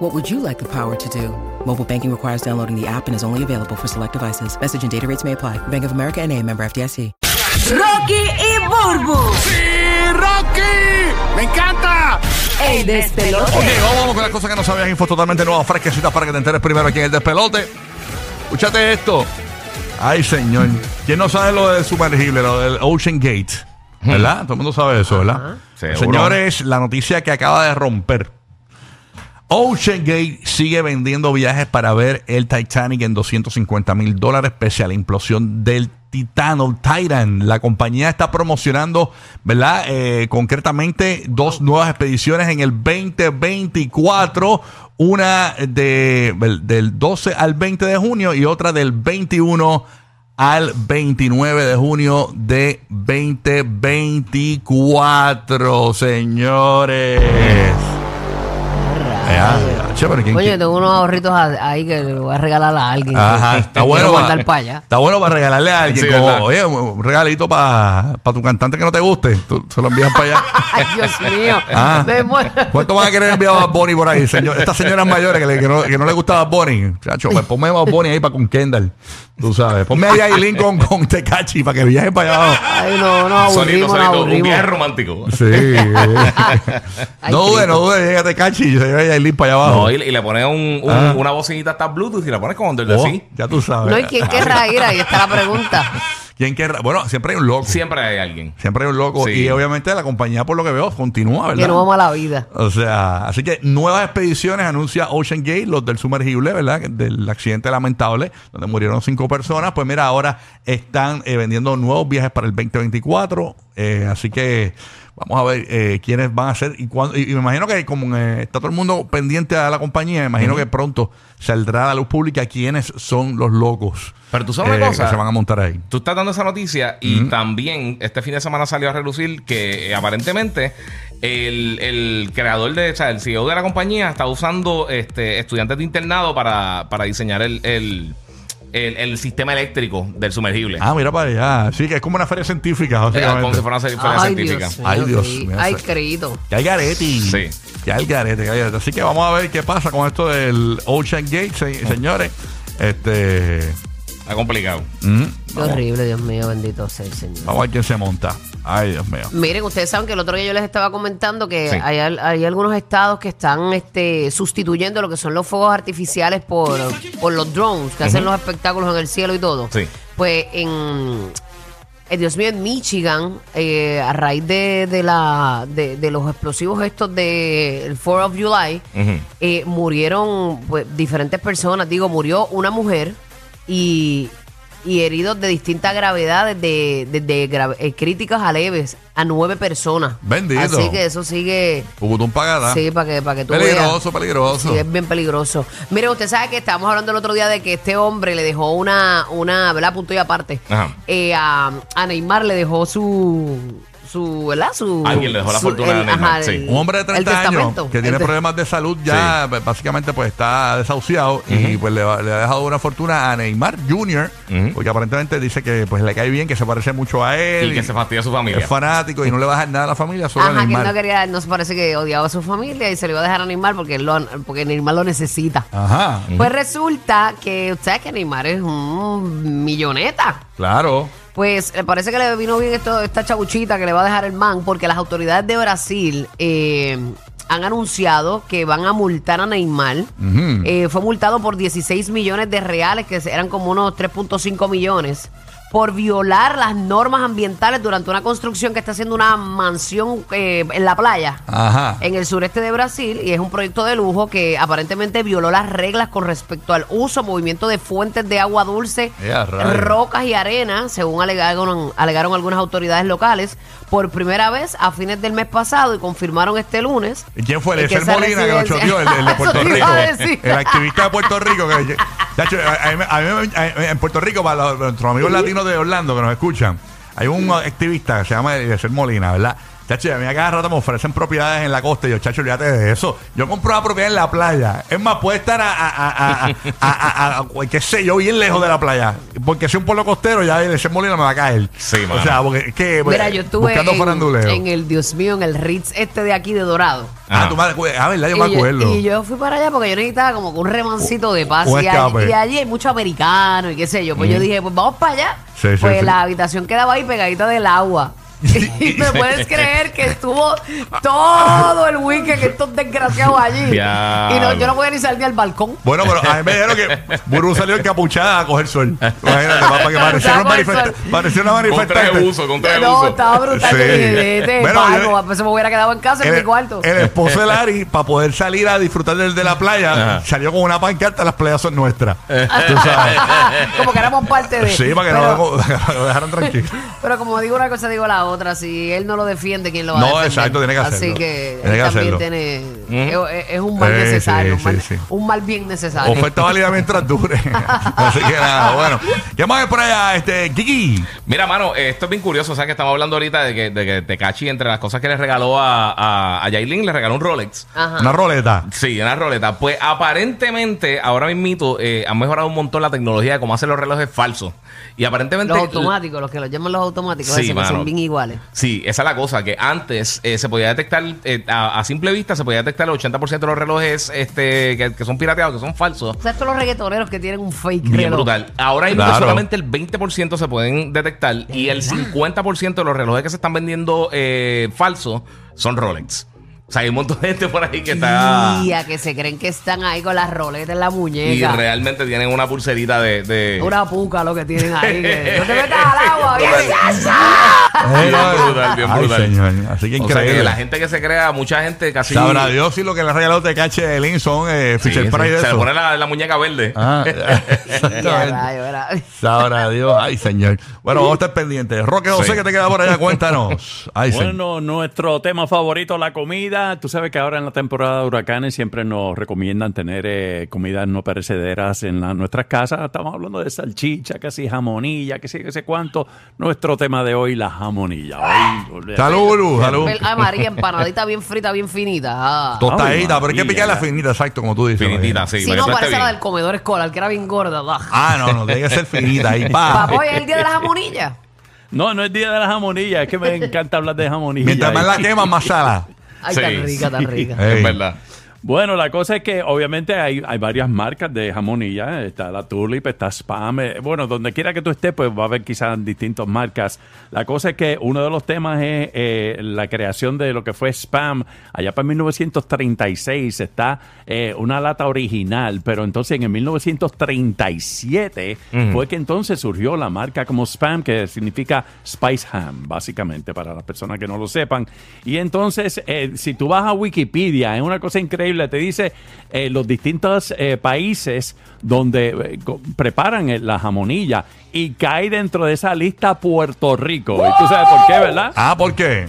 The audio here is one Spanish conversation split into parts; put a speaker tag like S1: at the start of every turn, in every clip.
S1: What would you like the power to do? Mobile banking requires downloading the app and is only available for select devices. Message and data rates may apply. Bank of America and a member FDIC.
S2: Rocky y Burbu,
S3: ¡Sí, Rocky! ¡Me encanta!
S2: el
S3: Ok,
S2: despelote.
S3: vamos con las cosas que no sabías, info totalmente nuevas, fresquecitas para que te enteres primero aquí en el despelote. Escúchate esto. Ay, señor. ¿Quién no sabe lo del sumergible, lo del Ocean Gate? ¿Verdad? Todo el mundo sabe eso, ¿verdad?
S4: Seguro.
S3: Señores, la noticia que acaba de romper. Ocean Gate sigue vendiendo viajes para ver el Titanic en 250 mil dólares pese a la implosión del Titano Titan. La compañía está promocionando, ¿verdad? Eh, concretamente, dos nuevas expediciones en el 2024. Una de, del- del 12 al 20 de junio y otra del 21 al 29 de junio de 2024, señores. Ya, Ah, che, pero ¿quién-
S5: Oye,
S3: quién-
S5: tengo unos ahorritos a- ahí que le voy a regalar a alguien.
S3: Ajá,
S5: que- que
S3: está
S5: quiero
S3: bueno,
S5: guardar para
S3: para,
S5: allá.
S3: está bueno para regalarle a alguien.
S4: Sí,
S3: como,
S4: ¿verdad?
S3: oye, un regalito para tu cantante que no te guste. Tú, se lo envías para allá.
S5: Ay, Dios mío.
S3: Ah.
S5: Me muero.
S3: ¿Cuánto van a querer enviar a Bad Bunny por ahí? Señor, estas señoras mayores que, le- que no, que no le gustaba Bonnie. Chacho, pues ponme a Bad Bunny ahí para con Kendall. Tú sabes. Ponme ahí a Aileen con, con Tecachi para que viaje para allá abajo.
S5: Ay, no, no,
S4: Solito,
S5: aburrimos, no
S4: solito, un viaje
S5: aburrimos.
S4: romántico.
S3: Sí. eh.
S5: Ay,
S3: no dudes,
S5: Cristo.
S3: no dudes. Llega Tecachi y se lleva a Aileen para allá abajo.
S4: No, y, y le pones un, un-
S3: Ah.
S4: una bocinita hasta Bluetooth y la pones con Under
S3: Oh,
S4: así.
S3: ya tú sabes.
S5: No, ¿y quién querrá ir? Ahí está la pregunta.
S3: ¿Quién querrá? Bueno, siempre hay un loco.
S4: Siempre hay alguien.
S3: Siempre hay un loco.
S4: Sí.
S3: Y obviamente la compañía, por lo que veo, continúa, ¿verdad?
S5: Que no vamos a la vida.
S3: O sea, así que nuevas expediciones anuncia Ocean Gate, los del sumergible, ¿verdad? Del accidente lamentable, donde murieron cinco personas. Pues mira, ahora están eh, vendiendo nuevos viajes para el 2024. Eh, así que vamos a ver eh, quiénes van a ser y cuándo. Y, y me imagino que como eh, está todo el mundo pendiente a la compañía, me imagino que pronto saldrá a la luz pública quiénes son los locos.
S4: Pero tú sabes una
S3: eh,
S4: cosa.
S3: Que se van a montar ahí.
S4: Tú estás dando esa noticia
S3: Mm.
S4: y también este fin de semana salió a relucir que eh, aparentemente el, el creador de, o sea, el CEO de la compañía está usando este, estudiantes de internado para, para diseñar el, el, el- el sistema eléctrico del sumergible.
S3: Ah, mira para allá. Sí, que es como una feria científica.
S4: Eh, como
S3: básicamente.
S4: si fuera una serie- feria
S5: Ay,
S4: científica.
S5: Dios mío.
S3: Ay, Dios
S5: sí.
S3: mío,
S5: Ay,
S3: sí.
S5: querido.
S3: Que hay garete.
S4: Sí.
S3: Que hay garete, que hay garete. Así que vamos a ver qué pasa con esto del Ocean Gate,
S4: Mm.
S3: se- señores. Este.
S4: Está complicado.
S3: mm,
S5: Qué horrible, Dios mío, bendito sea el Señor.
S3: vamos a ver quién se monta. Ay, Dios mío.
S5: Miren, ustedes saben que el otro día yo les estaba comentando que
S4: Sí.
S5: hay, al- hay algunos estados que están este, sustituyendo lo que son los fuegos artificiales por, por los drones, que hacen los espectáculos en el cielo y todo.
S4: Sí.
S5: Pues en, eh, Dios mío, en Michigan, eh, a raíz de, de la, de, de los explosivos estos del 4 of July,
S4: Ujú.
S5: eh, murieron pues, diferentes personas. Digo, murió una mujer y, y heridos de distintas gravedades, de, de- de gra- eh, críticas a leves, a nueve personas.
S3: Bendito.
S5: Así que eso sigue.
S3: Pugutún pagada.
S5: Sí, para que, para que tú veas.
S3: peligroso, peligroso.
S5: Sí, es bien peligroso. Mire, usted sabe que estábamos hablando el otro día de que este hombre le dejó una, una ¿verdad? Punto y aparte.
S4: Ajá.
S5: Eh, a, a Neymar le dejó su, su, ¿verdad? Su,
S4: Alguien le dejó la
S5: su-
S4: fortuna a Neymar, sí.
S3: Un hombre de
S5: el
S3: 30 años
S5: testamento.
S3: que tiene
S5: El te-
S3: problemas de salud ya, b- básicamente pues está desahuciado y pues le, va- le ha dejado una fortuna a Neymar Jr.,
S4: Ujú.
S3: porque aparentemente dice que pues le cae bien, que se parece mucho a él.
S4: Y que se fastidia su familia.
S3: Es fanático y no le va a dejar nada a la familia, solo a
S5: Ajá, que él
S3: Neymar.
S5: no quería, no se parece que odiaba a su familia y se lo iba a dejar a Neymar porque, él lo, porque Neymar lo necesita.
S3: Ajá.
S5: Pues resulta que usted sabe que Neymar es un milloneta.
S3: Claro.
S5: Pues eh, parece que le vino bien esto, esta chabuchita que le va a dejar el man, porque las autoridades de Brasil eh, han anunciado que van a multar a Neymar. Eh, fue multado por 16 millones de reales, que eran como unos 3.5 millones, por violar las normas ambientales durante una construcción que está haciendo una mansión eh, en la playa
S3: Ajá.
S5: en el sureste de Brasil y es un proyecto de lujo que aparentemente violó las reglas con respecto al uso, movimiento de fuentes de agua dulce,
S3: Eh, a rayos.
S5: rocas y arena, según alegaron, alegaron algunas autoridades locales, por primera vez a fines del mes pasado y confirmaron este lunes.
S3: ¿Y ¿Quién fue? El
S5: eh,
S3: Ezel
S5: esa
S3: Molina que lo
S5: residencia-
S3: choteó, el, el de
S5: Eso
S3: Puerto
S5: te
S3: Rico.
S5: iba a decir.
S3: El activista de Puerto Rico. Que, Chacho, a- a mí- a mí- a mí- en Puerto Rico, para los- nuestros amigos latinos de Orlando que nos escuchan, Hay un activista que se llama Eliezer Molina, ¿verdad? Chacho, y a mí a cada rato me ofrecen propiedades en la costa. Y yo, chacho, olvídate de eso. Yo compro la propiedad en la playa. Es más, puede estar a, a, a, a, a- a- a- a- qué sé yo, bien lejos de la playa. Porque si un pueblo costero, ya Eliezer Molina me va a caer.
S4: Sí, mano.
S3: O sea, porque es que.
S5: Mira,
S3: eh,
S5: yo estuve
S3: Buscando
S5: en,
S3: faranduleo.
S5: en el, Dios mío, en el Ritz este de aquí de Dorado.
S3: Ah,
S4: Ajá.
S3: tú me acu- ah, verdad, yo
S5: y
S3: me acuerdo.
S5: Yo, y yo fui para allá porque yo necesitaba como que un remancito de paz.
S3: Un
S5: Y, allí,
S3: escape.
S5: y allí hay mucho americano y qué sé yo. Pues yo dije, pues vamos para allá.
S3: Sí, sí,
S5: pues
S3: sí.
S5: la habitación quedaba ahí pegadita del agua. y me puedes creer que estuvo todo el weekend estos desgraciados allí.
S4: Diablo.
S5: Y no, yo no podía ni salir al balcón.
S3: Bueno, pero a mí me dijeron que Burú salió encapuchada a coger sol. Imagínate, papá, que pareció una,
S5: A coger sol.
S3: manifesta- pareció una
S4: Con tres
S3: manifestante.
S4: buzo, con tres
S5: No,
S4: buzo.
S5: estaba brutal.
S3: Sí.
S5: Yo dije, vete,
S3: Bueno,
S5: vago,
S3: yo- Eh,
S5: a veces me hubiera quedado en casa en mi
S3: El,
S5: cuarto.
S3: el esposo de Lari, para poder salir a disfrutar del de la playa,
S4: Ajá.
S3: salió con una pancarta, las playas son nuestras. Tú sabes.
S5: como que éramos parte de.
S3: Sí, para que
S5: pero,
S3: no lo- lo dejaran tranquilo.
S5: pero como digo una cosa, digo la otra. Si él no lo defiende, ¿quién lo va a
S3: No,
S5: defender?
S3: exacto, tiene que
S5: Así
S3: hacerlo.
S5: que
S3: Tiene que
S5: él también
S3: hacerlo.
S5: tiene.
S4: Ujú.
S5: es- Es un mal
S3: Sí,
S5: necesario.
S3: sí,
S5: un, mal,
S3: sí, sí.
S5: un mal bien necesario.
S3: Oferta válida mientras dure. Así que nada, bueno. ¿Qué más hay por allá, este, Kiki?
S4: Mira, mano, eh, esto es bien curioso. O sea, que estamos hablando ahorita de que, de que Tecachi, entre las cosas que le regaló a, a, a Yailin, le regaló un Rolex.
S5: Ajá.
S3: Una roleta.
S4: Sí, una roleta. Pues aparentemente, ahora mismito, eh, han mejorado un montón la tecnología de cómo hacen los relojes falsos. Y aparentemente.
S5: Los automáticos, los que los llaman los automáticos,
S4: Sí,
S5: esos que
S4: mano.
S5: son bien iguales.
S4: Sí, esa es la cosa, que antes eh, se podía detectar, eh, a, a simple vista, se podía detectar el 80% de los relojes este, que, que son pirateados, que son falsos.
S5: O sea, estos los reggaetoneros que tienen un fake
S4: Bien
S5: reloj.
S4: brutal. Ahora mismo
S3: Claro.
S4: solamente el 20% se pueden detectar y el 50% de los relojes que se están vendiendo eh, falsos son Rolex. O sea, hay un montón de gente por ahí que
S3: Ah.
S4: está...
S5: Tía, que se creen que están ahí con las roletas en la
S4: Y
S5: muñeca.
S4: realmente tienen una pulserita de... de-
S5: Una puca lo que tienen ahí. que no te metas al agua, bien.
S4: Bien brutal, bien
S3: Ay,
S4: brutal.
S3: señor. Así que
S4: O sea,
S3: increíble.
S4: que la gente que se crea, mucha gente casi...
S3: Sabrá Dios si lo que le ha regalado te cache el Linson, eh,
S4: Sí,
S3: Fisher
S4: sí.
S3: Price de
S4: Se le
S3: eso.
S4: pone la, la muñeca verde.
S3: Ah,
S5: Ya,
S3: exactamente.
S5: rayo, era-
S3: Sabrá Dios, ay señor. Bueno, vamos a estar pendientes. Roque José,
S4: Sí.
S3: que te queda por allá, cuéntanos. Ay, señor.
S6: Bueno, nuestro tema favorito, la comida. Tú sabes que ahora en la temporada de huracanes siempre nos recomiendan tener eh, comidas no perecederas en la- nuestras casas. Estamos hablando de salchicha, casi jamonilla, que sí, que sé cuánto. Nuestro tema de hoy, la jamonilla. Hoy-
S3: Salud, Buru, salud.
S5: Ay, María, empanadita bien frita, bien finita. Ah.
S3: Tostadita,
S6: Ay,
S3: pero hay que
S6: María.
S3: picar la finita, exacto, como tú dices.
S4: Finitita,
S3: María.
S4: sí.
S5: si
S4: para
S5: no,
S4: que todo esté
S5: parece la
S4: bien.
S5: del comedor escolar, que era bien gorda. bah.
S3: Ah, no, no, tiene que ser finita ahí,
S4: Ah,
S3: pa.
S5: Papá, hoy es el día de las jamonillas.
S6: No, no es día de la jamonilla, es que me encanta hablar de jamonilla.
S3: Mientras más la
S6: Y-
S3: quema, más sala.
S5: Ay,
S4: Sí.
S5: tan rica, tan rica.
S3: Ey.
S4: Es verdad.
S6: Bueno, la cosa es que obviamente hay, hay varias marcas de jamonilla. eh, Está la Tulip, está Spam. eh, Bueno, donde quiera que tú estés, pues va a haber quizás distintas marcas. La cosa es que uno de los temas es eh, la creación de lo que fue Spam. Allá para 1936 está eh, una lata original, pero entonces en el 1937 fue que entonces surgió la marca como Spam, que significa Spice Ham, básicamente, para las personas que no lo sepan. Y entonces, eh, si tú vas a Wikipedia, es una cosa increíble, te dice eh, los distintos eh, países donde eh, co- preparan eh, la jamonilla y cae dentro de esa lista Puerto Rico. ¿Y tú sabes por qué, verdad?
S3: Ah, ¿por qué?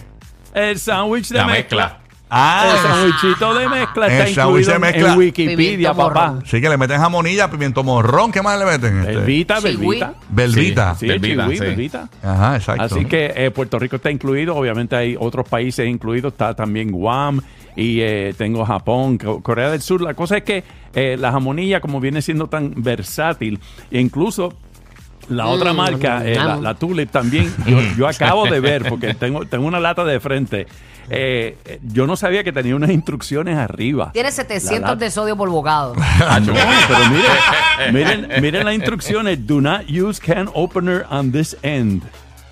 S6: El sándwich de
S4: La
S6: mezcla.
S4: mezcla.
S6: El
S3: Ah,
S6: sándwichito de mezcla
S3: El
S6: está
S3: sándwich
S6: incluido
S3: de
S6: en-
S3: mezcla.
S6: en Wikipedia,
S5: Pimiento
S6: papá.
S5: morrón.
S3: sí que le meten jamonilla, pimiento morrón, ¿qué más le meten? Este?
S6: Belvita,
S5: Chihui.
S6: belvita.
S3: Belvita.
S6: Sí,
S4: Belvita,
S6: chihui,
S4: sí.
S6: belvita.
S3: Ajá, exacto.
S6: Así que eh, Puerto Rico está incluido, obviamente hay otros países incluidos, está también Guam y eh, tengo Japón, Co- Corea del Sur. La cosa es que eh, la jamonilla, como viene siendo tan versátil, e incluso la otra
S5: Mm,
S6: marca, eh, la,
S5: amo.
S6: la Tulip también, yo, yo acabo de ver, porque tengo, tengo una lata de frente. Eh, eh, yo no sabía que tenía unas instrucciones arriba.
S5: Tiene
S6: La
S5: 700
S6: lata-
S5: de sodio por bocado.
S6: Ah, no, pero miren, miren, miren las instrucciones. Do not use can opener on this end.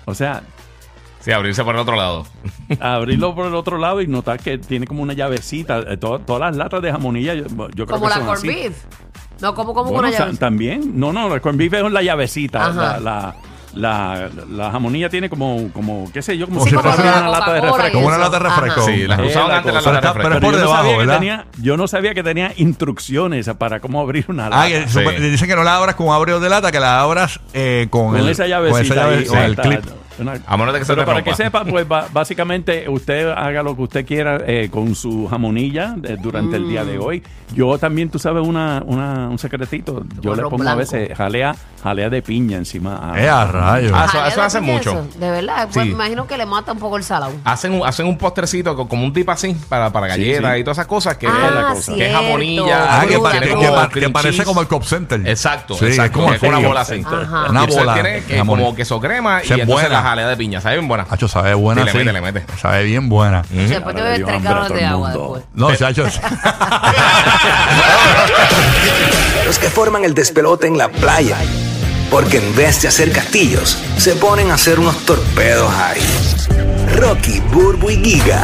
S6: O sea,
S4: Sí, abrirse por el otro lado.
S6: abrirlo por el otro lado y notar que tiene como una llavecita. Eh, to- todas las latas de jamonilla, yo, yo creo
S5: Como
S6: que
S5: la
S6: son
S5: corn
S6: así.
S5: beef. No, como, como
S6: Bueno,
S5: una
S6: sa-
S5: llave.
S6: también. No, no, la corn beef es la llavecita.
S5: Ajá.
S6: La, la, la, la jamonilla tiene como, como, qué sé yo, como
S3: Como si fuese
S6: fuera
S3: una
S5: Coca-Cola y
S3: Como una
S5: eso.
S3: lata de refresco.
S5: Ajá.
S4: Sí, las
S6: Eh,
S4: usaban
S6: la
S4: antes las
S6: cosa.
S4: latas de
S3: Pero- pero por
S4: refresco.
S6: Pero yo no,
S3: debajo,
S6: sabía que
S3: ¿verdad?
S6: tenía, yo no sabía que tenía instrucciones para cómo abrir una lata.
S3: Ah, que
S4: Sí.
S3: supo- dicen que no la abras con un abridor de lata, que la abras eh, con,
S6: Con
S3: el-
S6: esa llavecita
S3: con esa llave-
S6: ahí,
S3: con el
S6: exacto.
S3: clip.
S6: Una-
S4: A menos de que se
S6: Pero
S4: te
S6: para
S4: rompa.
S6: que sepa, pues ba- básicamente usted haga lo que usted quiera eh, con su jamonilla eh, durante el día de
S5: Mm.
S6: hoy. Yo también, tú sabes, una, una- un secretito. Yo le
S5: Arroz
S6: pongo a
S5: blanco.
S6: veces jalea, jalea de piña encima. a-
S3: ¡Eh, a rayos!
S4: Ah, eso-
S5: Jalea
S4: eso
S5: de
S4: hace
S5: piña,
S4: mucho.
S5: eso, De verdad, pues
S4: Sí.
S5: me imagino que le mata un poco el salado.
S4: Hacen un, hacen un postrecito co- como un tip así para, para
S6: Sí,
S4: galletas
S6: sí.
S4: y todas esas cosas que,
S5: Ah,
S4: es la cosa. que es
S5: cierto.
S4: jamonilla.
S3: Ah, que,
S5: Cruda,
S3: pa- que- que
S5: cruda.
S3: pa- que parece como el cop center.
S4: Exacto,
S3: Sí,
S4: exacto,
S3: es como
S4: que es una
S3: aquello.
S4: bola así.
S5: Ajá.
S3: Una
S4: Entonces
S3: bola.
S4: tiene eh,
S3: jamón.
S4: como queso crema y
S3: Esa es
S4: entonces
S3: buena.
S4: la jalea de piña. Saben buena.
S3: Chacho, sabe buena.
S4: Sí, le
S3: sí.
S4: mete, le mete.
S3: Sabe bien buena.
S5: Después te
S6: Ahora le
S5: bebes
S6: dio
S5: tres
S6: hambre a
S5: galones
S6: todo
S5: de
S6: el
S5: agua
S6: mundo.
S5: después.
S3: No, chacho.
S7: Los que forman el despelote en la playa. Porque en vez de hacer castillos, se ponen a hacer unos torpedos ahí. Rocky, Burbu y Giga,